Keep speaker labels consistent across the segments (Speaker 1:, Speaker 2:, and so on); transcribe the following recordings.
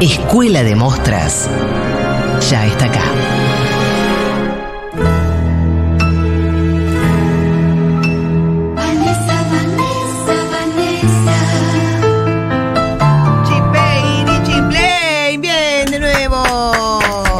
Speaker 1: Escuela de Mostras ya está acá.
Speaker 2: Vanessa, Vanessa, Vanessa.
Speaker 3: Chipay, Chiplay, bien de nuevo.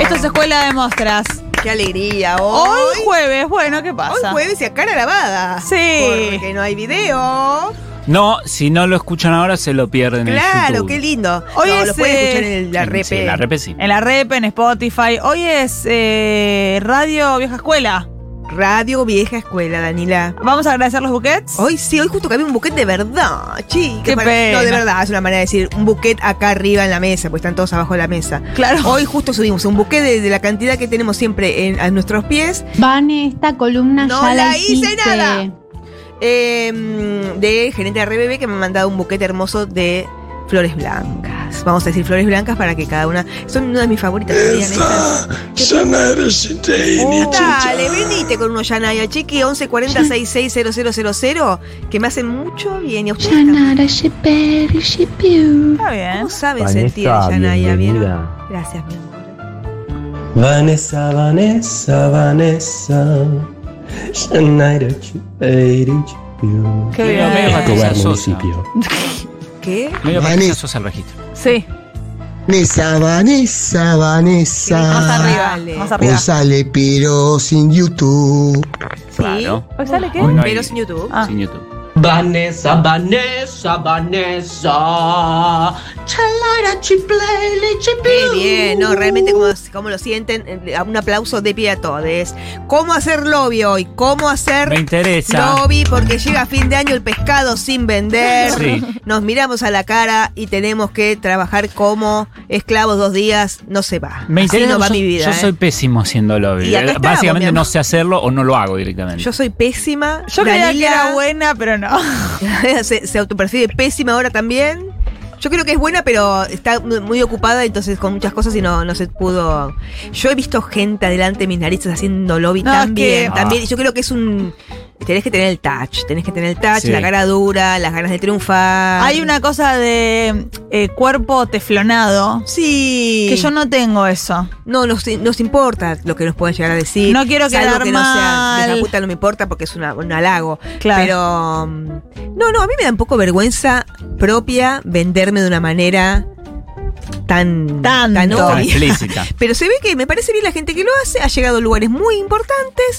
Speaker 4: Esto es Escuela de Mostras.
Speaker 3: Qué alegría
Speaker 4: Hoy
Speaker 3: hoy.
Speaker 4: jueves, bueno, ¿qué pasa?
Speaker 3: Hoy jueves y a cara lavada.
Speaker 4: Sí.
Speaker 3: Porque no hay video.
Speaker 5: No, si no lo escuchan ahora se lo pierden. en
Speaker 3: Claro,
Speaker 5: YouTube.
Speaker 3: qué lindo.
Speaker 4: Hoy
Speaker 3: no,
Speaker 4: es,
Speaker 3: lo pueden
Speaker 4: eh,
Speaker 3: escuchar en el- la
Speaker 5: Sí,
Speaker 3: repe. Eh.
Speaker 5: sí, la repe sí.
Speaker 4: En la rep, en Spotify. Hoy es eh, Radio Vieja Escuela.
Speaker 3: Radio Vieja Escuela, Danila.
Speaker 4: Vamos a agradecer los buquets.
Speaker 3: Hoy sí, hoy justo que había un buquet de verdad, chica.
Speaker 4: Qué
Speaker 3: Para-
Speaker 4: pena.
Speaker 3: No, de verdad, es una manera de decir un buquet acá arriba en la mesa, pues están todos abajo de la mesa.
Speaker 4: Claro.
Speaker 3: Hoy justo subimos un buquet de, de la cantidad que tenemos siempre en- a nuestros pies.
Speaker 6: Vane, esta columna
Speaker 3: No
Speaker 6: ya la,
Speaker 3: la hice
Speaker 6: hiciste.
Speaker 3: nada. eh, del gerente de RBB que me ha mandado un buquete hermoso de flores blancas. Vamos a decir flores blancas para que cada una. Son una de mis favoritas. serían estas. Dale, venite con unos Yanaya Chiqui 1140660000 que me hacen mucho bien. Y a ustedes también.
Speaker 6: Yanara, Sheperi, Shepiu.
Speaker 4: Está bien.
Speaker 3: ¿Cómo saben sentir
Speaker 7: Vanessa,
Speaker 3: a Yanaya? ¿Vieron?
Speaker 7: bienvenida.
Speaker 3: Gracias, mi amor.
Speaker 7: Vanessa, Vanessa, Vanessa. Shanaira Chupeiri Chupiu.
Speaker 4: Qué
Speaker 5: Medio, medio
Speaker 4: bien.
Speaker 5: Patricia
Speaker 7: Escobar
Speaker 5: Sosa.
Speaker 7: municipio.
Speaker 3: ¿Qué?
Speaker 5: Medio
Speaker 8: Vale.
Speaker 5: Patricia Sosa al registro.
Speaker 4: Sí,
Speaker 8: Vanessa, Vanessa,
Speaker 4: más
Speaker 3: Ah,
Speaker 8: Vanessa.
Speaker 4: arriba.
Speaker 3: dale.
Speaker 4: Más
Speaker 8: Hoy
Speaker 4: arriba.
Speaker 8: sale pero sin YouTube.
Speaker 3: Sí.
Speaker 5: Claro.
Speaker 4: ¿Hoy sale qué?
Speaker 5: Hoy no hay-
Speaker 3: Pero sin YouTube.
Speaker 4: Ah.
Speaker 5: Sin YouTube.
Speaker 9: Vanessa, Vanessa, Vanessa. Chalara, chiplele,
Speaker 3: Qué
Speaker 9: chipiu.
Speaker 3: bien, no, realmente como, como lo sienten, eh, un aplauso de pie a todos. ¿Cómo hacer lobby hoy? ¿Cómo hacer
Speaker 5: Me interesa.
Speaker 3: lobby? Porque llega fin de año el pescado sin vender.
Speaker 5: Sí.
Speaker 3: Nos miramos a la cara y tenemos que trabajar como esclavos dos días. No se va.
Speaker 5: Me
Speaker 3: Así
Speaker 5: interesa.
Speaker 3: no va
Speaker 5: yo,
Speaker 3: mi vida.
Speaker 5: yo
Speaker 3: ¿eh?
Speaker 5: soy pésimo haciendo lobby.
Speaker 3: Y acá estamos,
Speaker 5: Básicamente
Speaker 3: mi amor.
Speaker 5: no sé hacerlo o no lo hago directamente.
Speaker 3: Yo soy pésima.
Speaker 4: Yo creía que
Speaker 3: Daniela Ah.
Speaker 4: era buena, pero no.
Speaker 3: se, se autopercibe pésima ahora también. Yo creo que es buena, pero está mu- muy ocupada, entonces con muchas cosas y no, no se pudo. Yo he visto gente adelante de mis narices haciendo lobby
Speaker 4: No, es
Speaker 3: también.
Speaker 4: que-
Speaker 3: también. Y Yo creo que es un. Tenés que tener el touch, tenés que tener el touch,
Speaker 5: Sí.
Speaker 3: la cara dura, las ganas de triunfar.
Speaker 4: Hay una cosa de eh, cuerpo teflonado.
Speaker 3: Sí.
Speaker 4: Que yo no tengo eso.
Speaker 3: No nos, nos importa lo que nos puedan llegar a decir.
Speaker 4: No quiero
Speaker 3: Salvo
Speaker 4: quedar
Speaker 3: que no sea
Speaker 4: mal.
Speaker 3: de esa puta no me importa porque es una, un halago.
Speaker 4: Claro.
Speaker 3: Pero. mm, No, no, a mí me da un poco vergüenza propia venderme de una manera tan.
Speaker 4: Tanto.
Speaker 3: tan
Speaker 5: Está
Speaker 3: obvia.
Speaker 5: explícita.
Speaker 3: Pero se ve que me parece bien la gente que lo hace, ha llegado a lugares muy importantes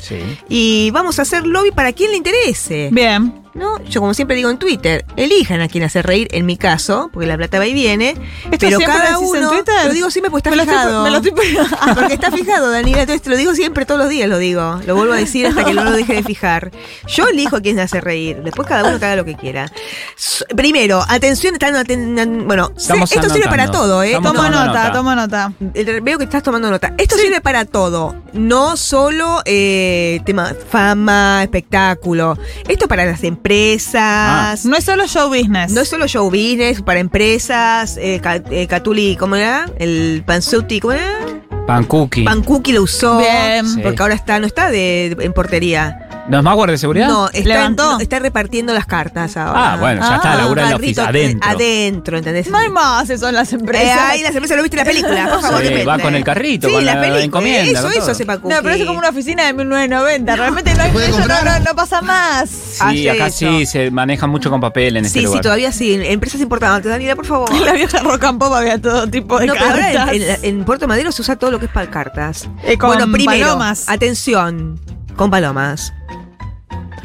Speaker 5: Sí.
Speaker 3: y vamos a hacer lobby para quien le interese.
Speaker 4: Bien.
Speaker 3: ¿no? Yo como siempre digo en Twitter, elijan a quien hacer reír, en mi caso, porque la plata va y viene. pero
Speaker 4: siempre
Speaker 3: cada
Speaker 4: lo decís en
Speaker 3: uno.
Speaker 4: Twitter?
Speaker 3: Lo digo siempre porque está
Speaker 4: Me lo estoy-
Speaker 3: fijado.
Speaker 4: me lo estoy-
Speaker 3: Ah, porque está fijado, Daniela. Entonces te lo digo siempre, todos los días lo digo. Lo vuelvo a decir hasta que no lo deje de fijar. Yo elijo a quién hace reír. Después cada uno que haga lo que quiera. S- Primero, atención, están aten- bueno, se-
Speaker 5: Estamos
Speaker 3: esto sirve
Speaker 5: anotando.
Speaker 3: para todo, ¿eh?
Speaker 5: Estamos
Speaker 3: Toma-
Speaker 4: Toma
Speaker 5: tomando
Speaker 4: nota,
Speaker 5: nota.
Speaker 4: toma nota.
Speaker 3: el- Veo que estás tomando nota. Esto sirve para todo, no solo eh, tema fama, espectáculo. Esto para las empresas.
Speaker 5: Ah.
Speaker 4: No es solo show business.
Speaker 3: No es solo show business, para empresas, eh, Ca- eh, Catuli, ¿cómo era? El Panzuti, ¿cómo era?
Speaker 5: Pan cookie.
Speaker 3: Pancuki lo usó.
Speaker 4: Bien. Sí.
Speaker 3: Porque ahora está, no está de, en portería.
Speaker 5: ¿No es más guardia de seguridad?
Speaker 3: No, está,
Speaker 4: ¿Levantó?
Speaker 3: no, está repartiendo las cartas ahora.
Speaker 5: Ah, bueno, ya
Speaker 4: Ah,
Speaker 5: está, labura en la
Speaker 3: Barrito,
Speaker 5: oficina. Adentro.
Speaker 3: Adentro, ¿entendés?
Speaker 4: No hay más eso en las empresas.
Speaker 3: Eh, ahí la cerveza lo viste en la película, por favor.
Speaker 5: Sí,
Speaker 3: depende.
Speaker 5: va con el carrito,
Speaker 3: Sí,
Speaker 5: con
Speaker 3: la,
Speaker 5: la
Speaker 3: película.
Speaker 5: encomienda,
Speaker 3: Eso,
Speaker 5: con
Speaker 3: eso
Speaker 5: todo.
Speaker 3: hace Pacuki.
Speaker 4: No, pero eso es como una oficina de 1990. Realmente no hay
Speaker 8: ¿Puede
Speaker 4: eso no-
Speaker 8: comprar?
Speaker 4: no, no pasa más.
Speaker 5: Sí,
Speaker 3: Hace
Speaker 5: acá
Speaker 3: eso.
Speaker 5: sí se maneja mucho con papel en este
Speaker 3: Sí, sí,
Speaker 5: lugar.
Speaker 3: todavía sí. en Empresas importantes. Daniela, por favor.
Speaker 4: En la vieja rock and pop había todo tipo de
Speaker 3: No, pero ahora
Speaker 4: cartas.
Speaker 3: en, en- en Puerto Madero se usa todo lo que es para cartas.
Speaker 4: Eh, con
Speaker 3: bueno, primero,
Speaker 4: palomas.
Speaker 3: atención, con palomas.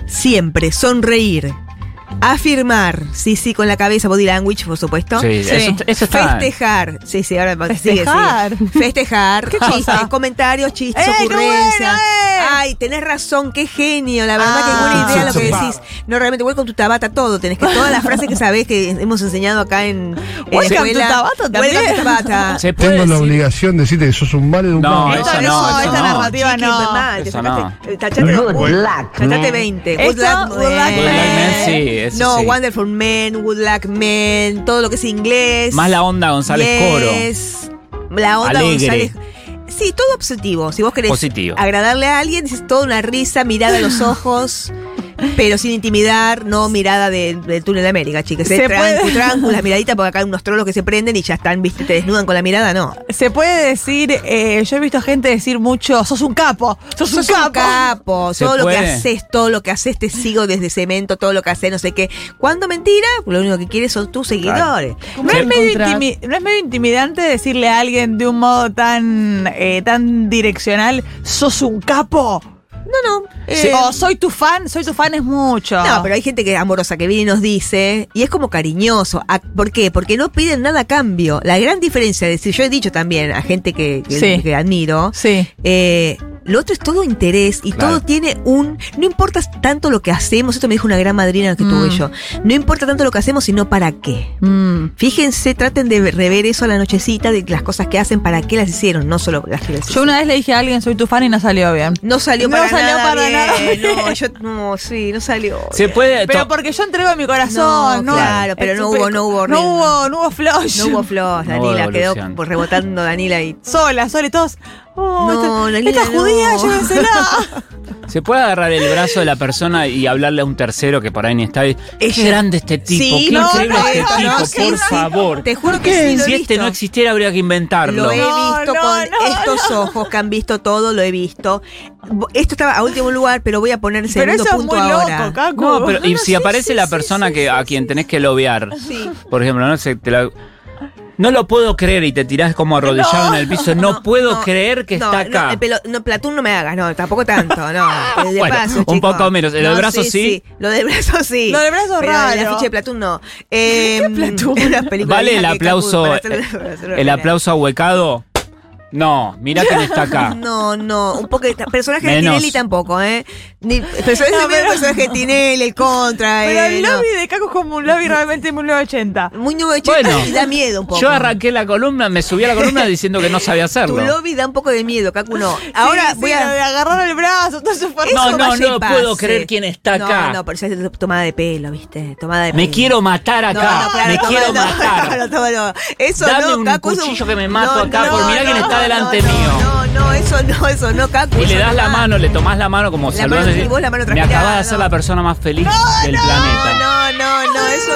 Speaker 3: Siempre sonreír. Afirmar, sí, sí, con la cabeza, body language, por supuesto.
Speaker 5: Sí, Eso, eso está.
Speaker 3: Festejar, sí, sí, ahora sigue, sigue.
Speaker 4: Festejar.
Speaker 3: Festejar,
Speaker 4: ¿Qué
Speaker 3: chistes,
Speaker 4: cosa?
Speaker 3: comentarios, chistes,
Speaker 4: ¡Eh, qué
Speaker 3: ocurrencias.
Speaker 4: bueno, eh!
Speaker 3: Ay, tenés razón, qué genio, la verdad
Speaker 4: Ah.
Speaker 3: que buena idea lo que
Speaker 7: Chupado.
Speaker 3: decís. No, realmente, voy con tu tabata todo, tenés que todas las frases que sabés que hemos enseñado acá en, en
Speaker 4: Welcome to
Speaker 3: escuela.
Speaker 4: Tabata
Speaker 3: Welcome
Speaker 4: también.
Speaker 3: to Tabata.
Speaker 5: Se puede
Speaker 7: Tengo la
Speaker 5: decir-
Speaker 7: obligación de decirte que sos un mal educado.
Speaker 5: No,
Speaker 4: Esto
Speaker 5: eso
Speaker 4: no,
Speaker 5: no, eso
Speaker 4: esta
Speaker 5: no.
Speaker 4: narrativa
Speaker 3: Chiqui,
Speaker 4: no.
Speaker 3: mamá, te
Speaker 5: Eso
Speaker 3: sacaste- tachate-
Speaker 7: Good
Speaker 3: Good
Speaker 7: luck,
Speaker 3: Tachate 20. Good
Speaker 4: Eso,
Speaker 3: luck,
Speaker 4: good luck,
Speaker 3: man.
Speaker 4: Good luck, man,
Speaker 5: sí, eso
Speaker 3: No,
Speaker 5: sí.
Speaker 3: Wonderful Man, Good Luck Man, todo lo que es inglés.
Speaker 5: Más la onda González
Speaker 3: Yes. La onda
Speaker 5: Alegre.
Speaker 3: González. Sí, todo objetivo. Si vos querés
Speaker 5: Positivo.
Speaker 3: agradarle a alguien, es toda una risa, mirada a los ojos, pero sin intimidar, no mirada de- del túnel de América, ¿eh? chicas.
Speaker 4: Se
Speaker 3: Se trancu,
Speaker 4: puede.
Speaker 3: trancu, la miradita, porque acá hay unos trolos que se prenden y ya están, viste, te desnudan con la mirada, no.
Speaker 4: Se puede decir, eh, yo he visto gente decir mucho, sos un capo, sos,
Speaker 3: Sos un capo,
Speaker 5: Se
Speaker 3: todo lo que
Speaker 5: puede.
Speaker 3: haces, todo lo que haces te sigo desde cemento, todo lo que haces, no sé qué. Cuando mentira, lo único que quieres son tus seguidores.
Speaker 4: ¿No
Speaker 5: Se
Speaker 4: es, medio
Speaker 5: encontrás-
Speaker 4: intimi- no es medio intimidante decirle a alguien de un modo tan, eh, tan direccional, sos un capo?
Speaker 3: No, no. eh,
Speaker 4: Sí. O soy tu fan, soy tu fan es mucho.
Speaker 3: No, pero hay gente que es amorosa que viene y nos dice, y es como cariñoso. ¿A- ¿Por qué? Porque no piden nada a cambio. La gran diferencia de si yo he dicho también a gente que, que-
Speaker 4: Sí.
Speaker 3: que admiro,
Speaker 4: Sí.
Speaker 3: eh, lo otro es todo interés y
Speaker 5: Claro.
Speaker 3: todo tiene un. No importa tanto lo que hacemos, esto me dijo una gran madrina que tuve
Speaker 4: Mm.
Speaker 3: yo. No importa tanto lo que hacemos, sino para qué.
Speaker 4: Mm.
Speaker 3: Fíjense, traten de rever eso a la nochecita, de las cosas que hacen, para qué las hicieron, no solo las que las
Speaker 4: Yo una vez le dije a alguien, soy tu fan y no salió bien.
Speaker 3: No salió
Speaker 4: No
Speaker 3: para
Speaker 4: salió
Speaker 3: nada.
Speaker 4: para
Speaker 3: bien.
Speaker 4: nada.
Speaker 3: No, yo. No, sí, no salió.
Speaker 5: Se
Speaker 3: bien.
Speaker 5: puede.
Speaker 4: Pero
Speaker 5: to-
Speaker 4: porque yo entrego mi corazón,
Speaker 3: No,
Speaker 4: ¿no?
Speaker 3: claro, pero no
Speaker 4: Estuve-
Speaker 3: hubo- no hubo
Speaker 4: No
Speaker 3: ritmo.
Speaker 4: hubo, no hubo flush.
Speaker 3: No hubo flores,
Speaker 5: No hubo
Speaker 3: Danila, quedó
Speaker 5: evolución.
Speaker 3: por rebotando Danila y.
Speaker 4: Sola, sola y todos. Oh,
Speaker 3: No,
Speaker 4: esta,
Speaker 3: Lolita,
Speaker 4: esta
Speaker 3: no.
Speaker 4: judía, llévensela.
Speaker 5: Se puede agarrar el brazo de la persona y hablarle a un tercero que por ahí ni está. y, Qué
Speaker 3: Ella-
Speaker 5: grande este tipo,
Speaker 3: Sí,
Speaker 5: qué
Speaker 3: no,
Speaker 5: increíble
Speaker 3: no,
Speaker 5: este
Speaker 3: no,
Speaker 5: tipo,
Speaker 3: no,
Speaker 5: por
Speaker 3: sí, sí.
Speaker 5: favor.
Speaker 3: Te juro que sí, lo he
Speaker 5: si
Speaker 3: visto.
Speaker 5: este no existiera, habría que inventarlo.
Speaker 3: Lo he
Speaker 4: No,
Speaker 3: visto
Speaker 4: no,
Speaker 3: con
Speaker 4: no,
Speaker 3: estos ojos que han visto todo, lo he visto. Bo- Esto estaba a último lugar, pero voy a poner en
Speaker 4: Pero
Speaker 3: segundo
Speaker 4: eso es
Speaker 3: punto
Speaker 4: muy
Speaker 3: ahora.
Speaker 4: loco, Cacu.
Speaker 5: No, pero y si
Speaker 3: sí,
Speaker 5: aparece
Speaker 3: sí,
Speaker 5: la
Speaker 3: sí,
Speaker 5: persona
Speaker 3: sí,
Speaker 5: que,
Speaker 3: sí,
Speaker 5: a quien tenés que lobear,
Speaker 3: Sí.
Speaker 5: por ejemplo, no sé, te la- no lo puedo creer y te tirás como arrodillado en el piso. No, puedo
Speaker 3: no,
Speaker 5: creer que
Speaker 3: no,
Speaker 5: está
Speaker 3: no,
Speaker 5: acá.
Speaker 3: eh, pero, no, Platón no me hagas, no, tampoco tanto, no. El de
Speaker 5: Bueno,
Speaker 3: paso,
Speaker 5: un
Speaker 3: chico.
Speaker 5: poco menos. El
Speaker 3: No,
Speaker 5: del brazo sí.
Speaker 3: Lo del brazo sí.
Speaker 4: Lo del brazo
Speaker 3: Pero
Speaker 4: raro.
Speaker 3: La ficha de Platón no. Eh,
Speaker 4: Platón?
Speaker 3: una película
Speaker 5: ¿Vale
Speaker 3: vieja
Speaker 5: el
Speaker 3: que
Speaker 5: aplauso,
Speaker 3: Cacu- para hacer- para hacer una
Speaker 5: el
Speaker 3: película.
Speaker 5: aplauso ahuecado? No, mirá quién está acá.
Speaker 3: No, no, un poco de personaje de
Speaker 5: Ah. Menos.
Speaker 3: Tinelli tampoco, ¿eh? Ni, personaje,
Speaker 4: No,
Speaker 3: de
Speaker 4: pero-
Speaker 3: personaje de Tinelli, el contra,
Speaker 4: Pero
Speaker 3: eh,
Speaker 4: el
Speaker 3: no.
Speaker 4: lobby de Caco es como un lobby realmente muy 80.
Speaker 3: Muy nuevo chico
Speaker 5: Bueno.
Speaker 3: y da miedo un poco.
Speaker 5: Yo arranqué la columna, me subí a la columna diciendo que no sabía
Speaker 3: Tu
Speaker 5: hacerlo.
Speaker 3: lobby da un poco de miedo, Cacu, no. Ahora
Speaker 4: Sí, sí,
Speaker 3: voy
Speaker 4: lo
Speaker 3: a...
Speaker 4: de agarrar el brazo, todo eso fue
Speaker 5: No,
Speaker 3: eso
Speaker 5: no,
Speaker 3: vaya y
Speaker 5: no puedo
Speaker 3: pase.
Speaker 5: creer quién está acá.
Speaker 3: No, no, pero esa es tomada de pelo, ¿viste? Tomada de pelo.
Speaker 5: Me quiero matar
Speaker 3: No,
Speaker 5: acá.
Speaker 3: no, claro,
Speaker 5: me
Speaker 3: toma-
Speaker 5: quiero
Speaker 3: no,
Speaker 5: matar.
Speaker 3: No, no, toma, no. Eso
Speaker 5: Dame
Speaker 3: no,
Speaker 5: un
Speaker 3: Cacu. eso-
Speaker 5: cuchillo que me mato acá, por mirá quién está delante
Speaker 3: no,
Speaker 5: mío.
Speaker 3: No, no, eso no, eso no, Cacu.
Speaker 5: Y le
Speaker 3: eso
Speaker 5: das
Speaker 3: no
Speaker 5: la
Speaker 3: va.
Speaker 5: mano, le tomás la mano como
Speaker 3: La
Speaker 5: saludando.
Speaker 3: mano
Speaker 5: y
Speaker 3: sí, vos la mano
Speaker 5: me
Speaker 3: transpirada,
Speaker 5: acabas de
Speaker 3: no.
Speaker 5: ser la persona más feliz del planeta.
Speaker 3: No, no, no, eso.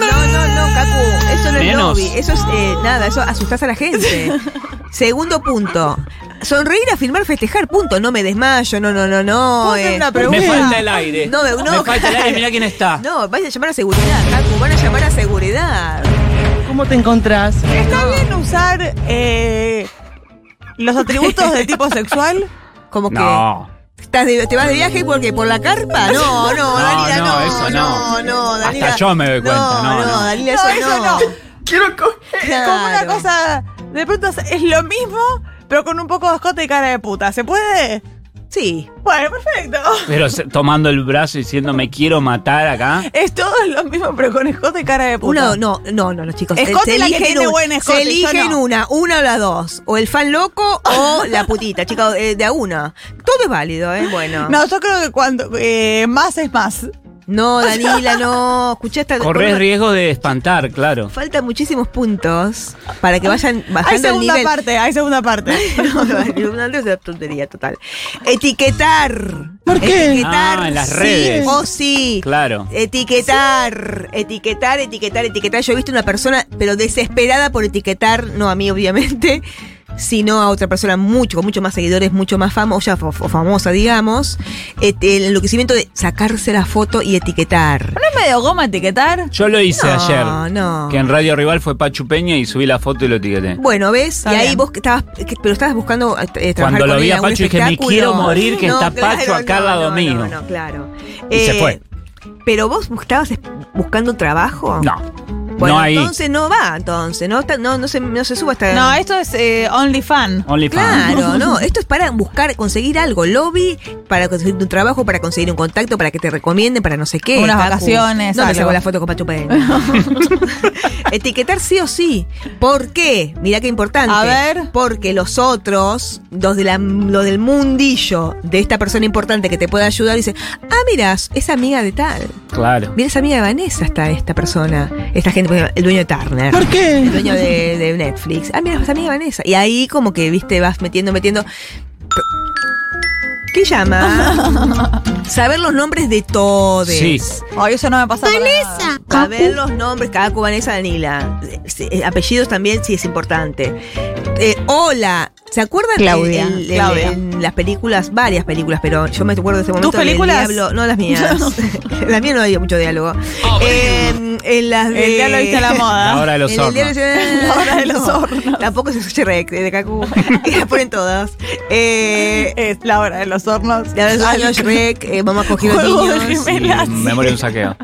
Speaker 3: No, no, no, Cacu. Eso no es
Speaker 5: Menos.
Speaker 3: lobby. Eso es eh, nada, eso asustás a la gente. Segundo punto. Sonreír, afirmar, festejar, punto. No me desmayo, no, no, no, no.
Speaker 4: Ponte
Speaker 3: eh.
Speaker 4: una
Speaker 5: Me
Speaker 4: pregunta.
Speaker 5: falta el aire.
Speaker 3: No, no,
Speaker 5: me falta el aire, mirá quién está.
Speaker 3: No, vayan a llamar a seguridad, Cacu. Van a llamar a seguridad.
Speaker 7: ¿Cómo te encontrás?
Speaker 4: ¿Está bien usar eh, los atributos de tipo sexual?
Speaker 3: Como que.
Speaker 5: No.
Speaker 3: Estás de- ¿Te vas de viaje porque por la carpa? No, no,
Speaker 5: No,
Speaker 3: Dalila, no.
Speaker 5: no, eso
Speaker 3: No,
Speaker 5: no.
Speaker 3: no,
Speaker 5: Hasta
Speaker 3: Dalila.
Speaker 5: yo me doy cuenta, no,
Speaker 3: No,
Speaker 5: no.
Speaker 3: Dalila, eso no.
Speaker 4: Quiero coger. Como una
Speaker 3: Claro.
Speaker 4: cosa. De pronto es lo mismo, pero con un poco de escote y cara de puta. ¿Se puede?
Speaker 3: Sí.
Speaker 4: Bueno, perfecto.
Speaker 5: Pero se- tomando el brazo y diciendo me quiero matar acá.
Speaker 4: Es todo lo mismo, pero con escote y cara de puta.
Speaker 3: Una, no, no, no, los chicos. eh,
Speaker 4: Escote
Speaker 3: se
Speaker 4: la que
Speaker 3: eligen
Speaker 4: tiene
Speaker 3: un-
Speaker 4: buen escote,
Speaker 3: Se
Speaker 4: yo
Speaker 3: eligen
Speaker 4: no.
Speaker 3: una, una o las dos. O el fan loco o la putita, chicos, eh, de a una. Todo es válido, ¿eh? Bueno. No,
Speaker 4: No, yo creo que cuando eh, más es más.
Speaker 3: Danila, no. Escuché hasta.
Speaker 5: Corres riesgo de espantar, claro.
Speaker 3: Faltan muchísimos puntos para que vayan
Speaker 4: Hay
Speaker 3: bajando el
Speaker 4: segunda
Speaker 3: nivel.
Speaker 4: parte, hay segunda parte.
Speaker 3: No, no, no, no, es una tontería total. Etiquetar.
Speaker 7: ¿Por qué?
Speaker 3: Etiquetar.
Speaker 5: Ah, en las
Speaker 3: sí
Speaker 5: redes.
Speaker 3: o sí.
Speaker 5: Claro.
Speaker 3: Etiquetar, etiquetar, etiquetar, etiquetar. Yo he visto una persona, pero desesperada por etiquetar, no a mí obviamente, sino a otra persona mucho, con mucho más seguidores, mucho más famosa, o famosa, digamos. Et- el enloquecimiento de sacarse la foto y etiquetar.
Speaker 4: ¿No es medio goma etiquetar?
Speaker 5: Yo lo hice
Speaker 3: No,
Speaker 5: ayer.
Speaker 3: no.
Speaker 5: Que en Radio Rival fue Pachu Peña y subí la foto y lo etiqueté.
Speaker 3: Bueno, ¿ves?
Speaker 4: Está
Speaker 3: y ahí
Speaker 4: bien.
Speaker 3: vos que estabas, que- pero estabas buscando eh, trabajar
Speaker 5: Cuando lo
Speaker 3: con
Speaker 5: vi
Speaker 3: él en
Speaker 5: a
Speaker 3: algún
Speaker 5: Pacho dije, me
Speaker 3: espectáculo.
Speaker 5: quiero morir que está Pacho acá al lado
Speaker 3: no,
Speaker 5: mío.
Speaker 3: No, no, claro.
Speaker 5: Y se fue.
Speaker 3: Pero vos estabas es- buscando trabajo?
Speaker 5: No.
Speaker 3: Bueno,
Speaker 5: no hay
Speaker 3: entonces no va, entonces. No, está- no, no, se, no se suba hasta.
Speaker 4: No, esto es eh, OnlyFan.
Speaker 5: OnlyFans.
Speaker 3: Claro, no, esto es para buscar, conseguir algo, lobby, para conseguir un trabajo, para conseguir un contacto, para que te recomienden, para no sé qué.
Speaker 4: Unas
Speaker 3: Facu.
Speaker 4: vacaciones,
Speaker 3: No me
Speaker 4: algo.
Speaker 3: sacó la foto con Pacho Peña. Etiquetar sí o sí. ¿Por qué? Mirá qué importante.
Speaker 4: A ver.
Speaker 3: Porque los otros, los, de la, los del mundillo de esta persona importante que te puede ayudar, dicen, ah, mira, es amiga de tal.
Speaker 5: Claro.
Speaker 3: Mira, es amiga de Vanessa está esta persona, esta gente, por ejemplo, el dueño de Turner. ¿Por qué? El dueño de, de Netflix. Ah, mira, es amiga de Vanessa. Y ahí como que, viste, vas metiendo, metiendo. ¿Qué llama? Saber los nombres de todos.
Speaker 5: Sí.
Speaker 4: Ay, eso no me pasa. para nada.
Speaker 3: Saber los nombres, cada cubanesa Danila. Sí, eh, Apellidos también sí es importante. Eh, hola. ¿Se acuerdan de
Speaker 6: Claudia.
Speaker 3: el- el-
Speaker 4: Claudia.
Speaker 3: en las películas, varias películas, pero yo me acuerdo de ese momento. del
Speaker 4: películas?
Speaker 3: diablo- no, las mías. las mías no había mucho diálogo. Eh, en las de.
Speaker 4: El diablo viste a la moda.
Speaker 5: La hora de los
Speaker 3: En el diablo
Speaker 5: hornos.
Speaker 3: dice-
Speaker 4: La hora de los
Speaker 3: No,
Speaker 4: hornos.
Speaker 3: Tampoco se escucha rec de Kaku. Y las ponen todas. Eh,
Speaker 4: Es la hora de los hornos.
Speaker 3: la verdad,
Speaker 4: Al-
Speaker 3: los rec, eh, mamá cogió los
Speaker 4: Juego de
Speaker 3: niños.
Speaker 5: Sí,
Speaker 4: Gemelas.
Speaker 5: memoria de un saqueo.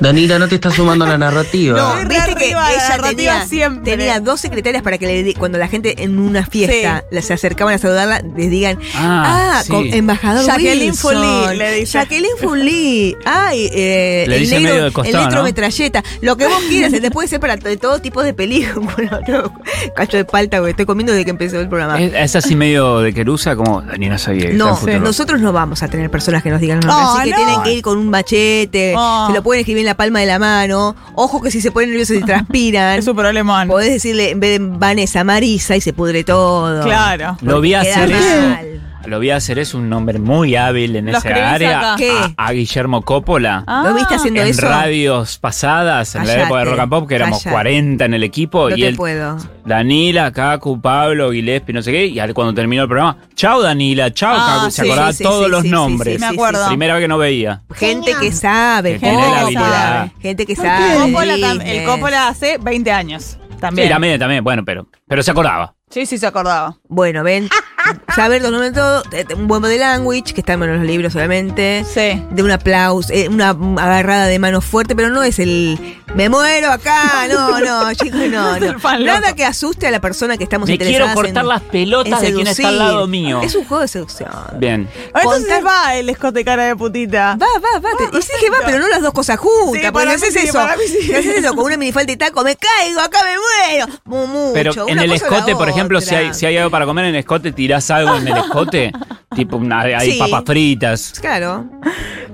Speaker 10: Danila, no te estás sumando a la narrativa.
Speaker 3: No,
Speaker 4: Estoy re
Speaker 3: viste que
Speaker 4: arriba de la
Speaker 3: ella
Speaker 4: narrativa
Speaker 3: tenía,
Speaker 4: siempre.
Speaker 3: tenía dos secretarias para que le di- cuando la gente en una fiesta la- se acercaban a saludarla, les digan, ah,
Speaker 5: Ah, sí.
Speaker 3: con- embajador
Speaker 4: Jacqueline
Speaker 3: Wilson.
Speaker 4: Folli, le dice.
Speaker 3: Jacqueline Folli. Ay, eh,
Speaker 5: Le
Speaker 3: el
Speaker 5: dice
Speaker 3: negro,
Speaker 5: medio de costado,
Speaker 3: el negro
Speaker 5: ¿no?
Speaker 3: metralleta. Lo que vos quieras, te puede ser para t- todo tipo de película. No, cacho de palta, porque estoy comiendo desde que empezó el programa.
Speaker 5: Es, es así medio de querusa, como Daniela sabía. que
Speaker 3: No,
Speaker 5: está en Futurock.
Speaker 3: nosotros no vamos a tener personas que nos digan los nombres,
Speaker 4: Oh,
Speaker 3: así que
Speaker 4: no.
Speaker 3: tienen que ir con un machete,
Speaker 4: Oh.
Speaker 3: se lo pueden escribir en la palma de la mano, ojo que si se ponen nerviosos y transpiran.
Speaker 4: Es un problema.
Speaker 3: Podés decirle en vez de Vanessa Marisa y se pudre todo.
Speaker 4: Claro.
Speaker 5: Lo vi
Speaker 3: Queda
Speaker 5: hacer eso.
Speaker 3: mal.
Speaker 5: Lo vi hacer es un nombre muy hábil en
Speaker 4: Lo
Speaker 5: esa
Speaker 4: escribís
Speaker 5: área.
Speaker 4: acá.
Speaker 3: ¿Qué?
Speaker 5: A, a Guillermo Coppola.
Speaker 4: Ah.
Speaker 3: ¿Lo viste haciendo
Speaker 5: en
Speaker 3: eso?
Speaker 5: radios pasadas, en
Speaker 3: Cállate,
Speaker 5: la época de Rock and Pop, que éramos
Speaker 3: cállate.
Speaker 5: 40 en el equipo.
Speaker 3: No
Speaker 5: y
Speaker 3: te
Speaker 5: él,
Speaker 3: puedo.
Speaker 5: Danila, Cacu, Pablo, Gillespie, no sé qué. Y al- cuando terminó el programa, chao Danila, chao
Speaker 4: Ah,
Speaker 5: Cacu. Se
Speaker 3: sí,
Speaker 5: acordaba
Speaker 3: sí, sí,
Speaker 5: todos
Speaker 3: sí,
Speaker 5: los
Speaker 3: sí, sí,
Speaker 5: nombres.
Speaker 3: sí,
Speaker 4: Me acuerdo.
Speaker 5: Primera vez que no veía.
Speaker 3: Gente que sabe,
Speaker 5: Que tiene
Speaker 4: la
Speaker 3: Coppola.
Speaker 5: habilidad.
Speaker 3: Gente que
Speaker 4: El
Speaker 3: sabe.
Speaker 4: Coppola
Speaker 3: de
Speaker 4: tam- el
Speaker 3: business.
Speaker 4: Coppola hace 20 años.
Speaker 5: Sí,
Speaker 4: También.
Speaker 5: también, también. Bueno, pero, pero se acordaba.
Speaker 4: Sí, sí, se acordaba.
Speaker 3: Bueno, ven. Saber los nombres de todo. eh, Un buen de language, que está en los libros solamente.
Speaker 4: Sí.
Speaker 3: De un aplauso, eh, una agarrada de mano fuerte, pero no es el me muero acá, no, no, chicos, no,
Speaker 4: Es el
Speaker 3: no.
Speaker 4: fan
Speaker 3: Nada
Speaker 4: loco.
Speaker 3: que asuste a la persona que estamos
Speaker 5: Me quiero
Speaker 3: interesadas
Speaker 5: cortar
Speaker 3: en-
Speaker 5: las pelotas
Speaker 3: en
Speaker 5: de quien está al
Speaker 3: seducir.
Speaker 5: lado mío.
Speaker 3: Es un juego de seducción.
Speaker 5: Bien.
Speaker 4: Entonces
Speaker 3: Contar-
Speaker 4: va el escote cara de putita.
Speaker 3: Va, va, va. te- y sí que va, pero no las dos cosas juntas.
Speaker 4: Sí,
Speaker 3: porque
Speaker 4: para
Speaker 3: no
Speaker 4: mí
Speaker 3: haces
Speaker 4: sí,
Speaker 3: eso.
Speaker 4: para mí sí.
Speaker 3: No haces eso con una minifalda y taco. Me caigo, acá me muero. Mu- Mucho.
Speaker 5: Pero en
Speaker 3: una cosa
Speaker 5: el
Speaker 3: o la
Speaker 5: escote, por ejemplo, si hay,
Speaker 3: otra.
Speaker 5: si hay algo para comer en el escote, tirás algo en el escote. tipo, una- hay
Speaker 3: Sí.
Speaker 5: papas fritas.
Speaker 3: Claro.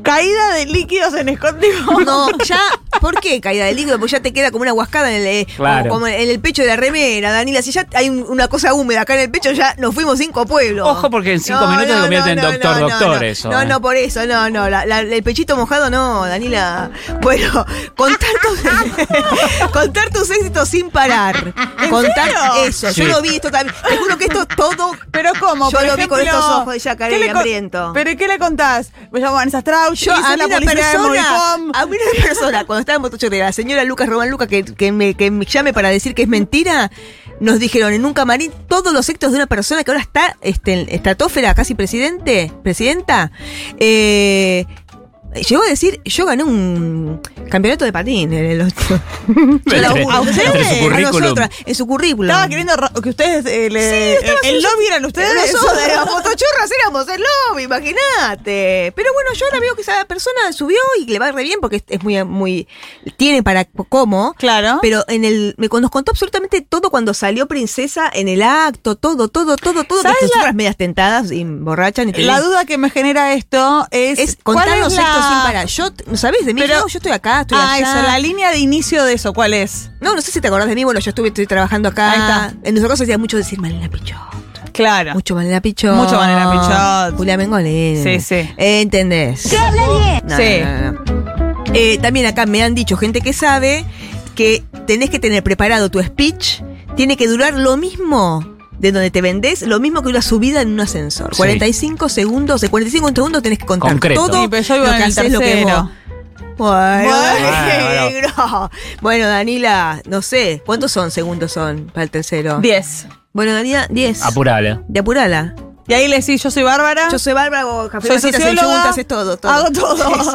Speaker 4: Caída de líquidos en escote.
Speaker 3: No, ya. ¿Por qué caída de líquido? Porque ya te queda como una guascada en el, eh,
Speaker 5: Claro.
Speaker 3: como en el pecho de la remera, Danila. Si ya hay un- una cosa húmeda acá en el pecho, ya nos fuimos cinco pueblos.
Speaker 5: Ojo, porque en cinco minutos se convierte en doctor, doctor
Speaker 3: no.
Speaker 5: eso,
Speaker 3: No,
Speaker 5: eh.
Speaker 3: no, por eso, no, no. la- la- el pechito mojado, no, Danila. Bueno, contar tus, contar tus éxitos sin parar. Contar
Speaker 4: serio?
Speaker 3: eso.
Speaker 5: Sí.
Speaker 3: Yo lo vi esto también. Te juro que esto es todo.
Speaker 4: Pero ¿cómo?
Speaker 3: Yo
Speaker 4: Por
Speaker 3: lo vi con
Speaker 4: ejemplo,
Speaker 3: estos ojos de yacaré
Speaker 4: ¿qué le con-
Speaker 3: hambriento.
Speaker 4: ¿Pero qué le contás? Me llamo Vanessa Strauss,
Speaker 3: Yo a mí
Speaker 4: la
Speaker 3: una
Speaker 4: policía de
Speaker 3: persona, Ah.
Speaker 4: Moricom.
Speaker 3: a mí una persona, cuando estaba en Motochorrera, la señora Lucas Román Lucas, que, que me, que me llame para decir que es mentira, nos dijeron en un camarín todos los actos de una persona que ahora está este, en estratosfera, casi presidente, presidenta, eh, llegó a decir, yo gané un campeonato de patín en el otro.
Speaker 5: Entre-
Speaker 3: ¿A
Speaker 5: entre
Speaker 3: ustedes?
Speaker 5: su
Speaker 3: A
Speaker 5: currículum.
Speaker 3: nosotras, en su currículum.
Speaker 4: Estaba queriendo ro- que ustedes eh, le- eh, el lobby eran ustedes.
Speaker 3: Nosotros, las motochorras éramos el lobby, imagínate. Pero bueno, yo ahora veo que esa persona subió y le va re bien porque es- es muy, muy, tiene para cómo.
Speaker 4: Claro.
Speaker 3: Pero en el, me nos contó absolutamente todo cuando salió princesa en el acto, todo, todo, todo, todo. Que
Speaker 4: ¿Sabes la-
Speaker 3: nosotras medias tentadas y borrachas. ni te
Speaker 4: la
Speaker 3: digo.
Speaker 4: duda que me genera esto es,
Speaker 3: es
Speaker 4: ¿cuál
Speaker 3: contar los
Speaker 4: es la-
Speaker 3: actos sin parar. Yo, t- ¿sabés de mí?
Speaker 4: Pero-
Speaker 3: no, yo estoy acá, estoy
Speaker 4: Ah,
Speaker 3: allá.
Speaker 4: eso, la línea de inicio de eso, ¿cuál es?
Speaker 3: No, no sé si te acordás de mí. Bueno, yo estuve estoy trabajando acá.
Speaker 4: Ahí está.
Speaker 3: En nuestro caso hacía mucho decir Malena Pichón.
Speaker 4: Claro.
Speaker 3: Mucho Malena Pichot.
Speaker 4: Mucho Malena Pichot.
Speaker 3: Julia Mengolini.
Speaker 4: Sí, sí.
Speaker 3: Eh, ¿Entendés? No,
Speaker 4: Sí.
Speaker 3: no, no, no. Eh, también acá me han dicho gente que sabe que tenés que tener preparado tu speech. Tiene que durar lo mismo de donde te vendés, lo mismo que una subida en un ascensor.
Speaker 5: Sí.
Speaker 3: 45 segundos, de 45 segundos tenés que contar
Speaker 5: Concreto.
Speaker 3: todo
Speaker 4: Sí, pero yo vivo
Speaker 3: lo
Speaker 4: en
Speaker 3: que
Speaker 4: el
Speaker 3: haces, lo que
Speaker 4: tercero.
Speaker 3: vos. Bueno,
Speaker 5: Ah, Bueno,
Speaker 3: negro. Bueno, Danila, no sé, ¿cuántos son segundos son para el tercero?
Speaker 4: Diez.
Speaker 3: Bueno, Danila, 10.
Speaker 5: Apurale.
Speaker 3: De apurala.
Speaker 4: Y ahí le decís, yo soy Bárbara.
Speaker 3: Yo soy Bárbara, hago café,
Speaker 4: Soy
Speaker 3: macetas,
Speaker 4: socióloga,
Speaker 3: ayuntas, es todo, todo.
Speaker 4: hago todo.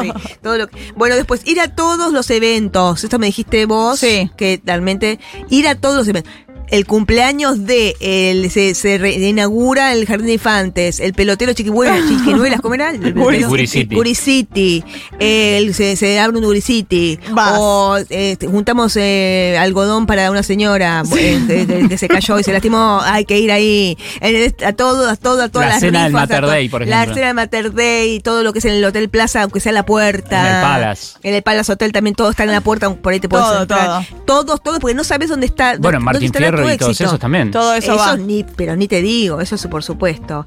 Speaker 3: Sí, sí, todo lo que- bueno, después, ir a todos los eventos. Esto me dijiste vos,
Speaker 4: Sí.
Speaker 3: que realmente ir a todos los eventos. El cumpleaños de, el, se, se reinaugura el Jardín de Infantes, el pelotero chiquibuelas, chiquinuelas, ¿cómo era? El pelotero-
Speaker 5: Guricity.
Speaker 3: Guricity. El- se, se abre un Guricity.
Speaker 4: Vas.
Speaker 3: O eh, juntamos eh, algodón para una señora eh, de- de- que se cayó y se lastimó. Hay que ir ahí. Eh, A todo, a todo, a todas
Speaker 5: La
Speaker 3: las
Speaker 5: cena del
Speaker 3: rifas, a
Speaker 5: Mater
Speaker 3: to-
Speaker 5: Dei,
Speaker 3: La
Speaker 5: por ejemplo.
Speaker 3: cena del Mater Dei, todo lo que es en el Hotel Plaza, aunque sea la puerta.
Speaker 5: En el Palace.
Speaker 3: En el Palace Hotel también todo está en la puerta, por ahí te puedes
Speaker 4: Todo,
Speaker 3: entrar. Todos, todos, porque no sabes dónde está. dónde
Speaker 5: Bueno, Martín
Speaker 3: estará tu
Speaker 5: Fierro y todos
Speaker 3: éxito.
Speaker 5: esos también.
Speaker 4: Todo eso,
Speaker 3: Eso,
Speaker 4: va.
Speaker 3: ni, pero ni te digo, eso es por supuesto.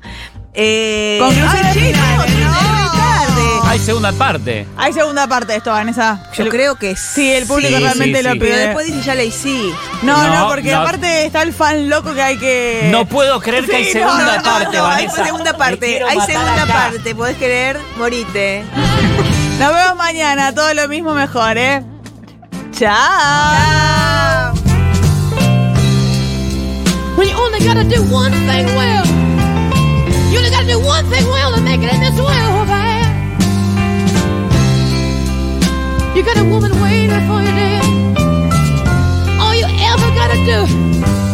Speaker 3: Eh,
Speaker 4: Conclusiones
Speaker 3: ay,
Speaker 4: finales,
Speaker 3: chicos,
Speaker 4: ¿no?
Speaker 3: muy tarde.
Speaker 5: Hay segunda parte.
Speaker 4: Hay segunda parte de esto, Vanessa.
Speaker 3: Yo
Speaker 4: El-
Speaker 3: creo que sí.
Speaker 4: Sí, el público
Speaker 5: Sí,
Speaker 4: realmente
Speaker 5: sí,
Speaker 4: lo
Speaker 5: sí.
Speaker 4: pide.
Speaker 3: Pero después dice ya le sí.
Speaker 4: no, no,
Speaker 5: No,
Speaker 4: porque
Speaker 5: no.
Speaker 4: aparte está el fan loco que hay que.
Speaker 5: No puedo creer que hay
Speaker 4: Sí,
Speaker 5: segunda
Speaker 3: Eh, no, no,
Speaker 5: parte,
Speaker 3: no, hay
Speaker 5: Vanessa.
Speaker 3: segunda
Speaker 5: Me
Speaker 3: parte,
Speaker 5: quiero
Speaker 3: hay
Speaker 5: matar
Speaker 3: segunda
Speaker 5: acá.
Speaker 3: parte, podés querer, morite.
Speaker 4: Nos vemos mañana, todo lo mismo mejor, ¿eh? Chao.
Speaker 2: When you only gotta do one thing well, you only gotta do one thing well to make it in this world, man. You got a woman waiting for you there. All you ever gotta do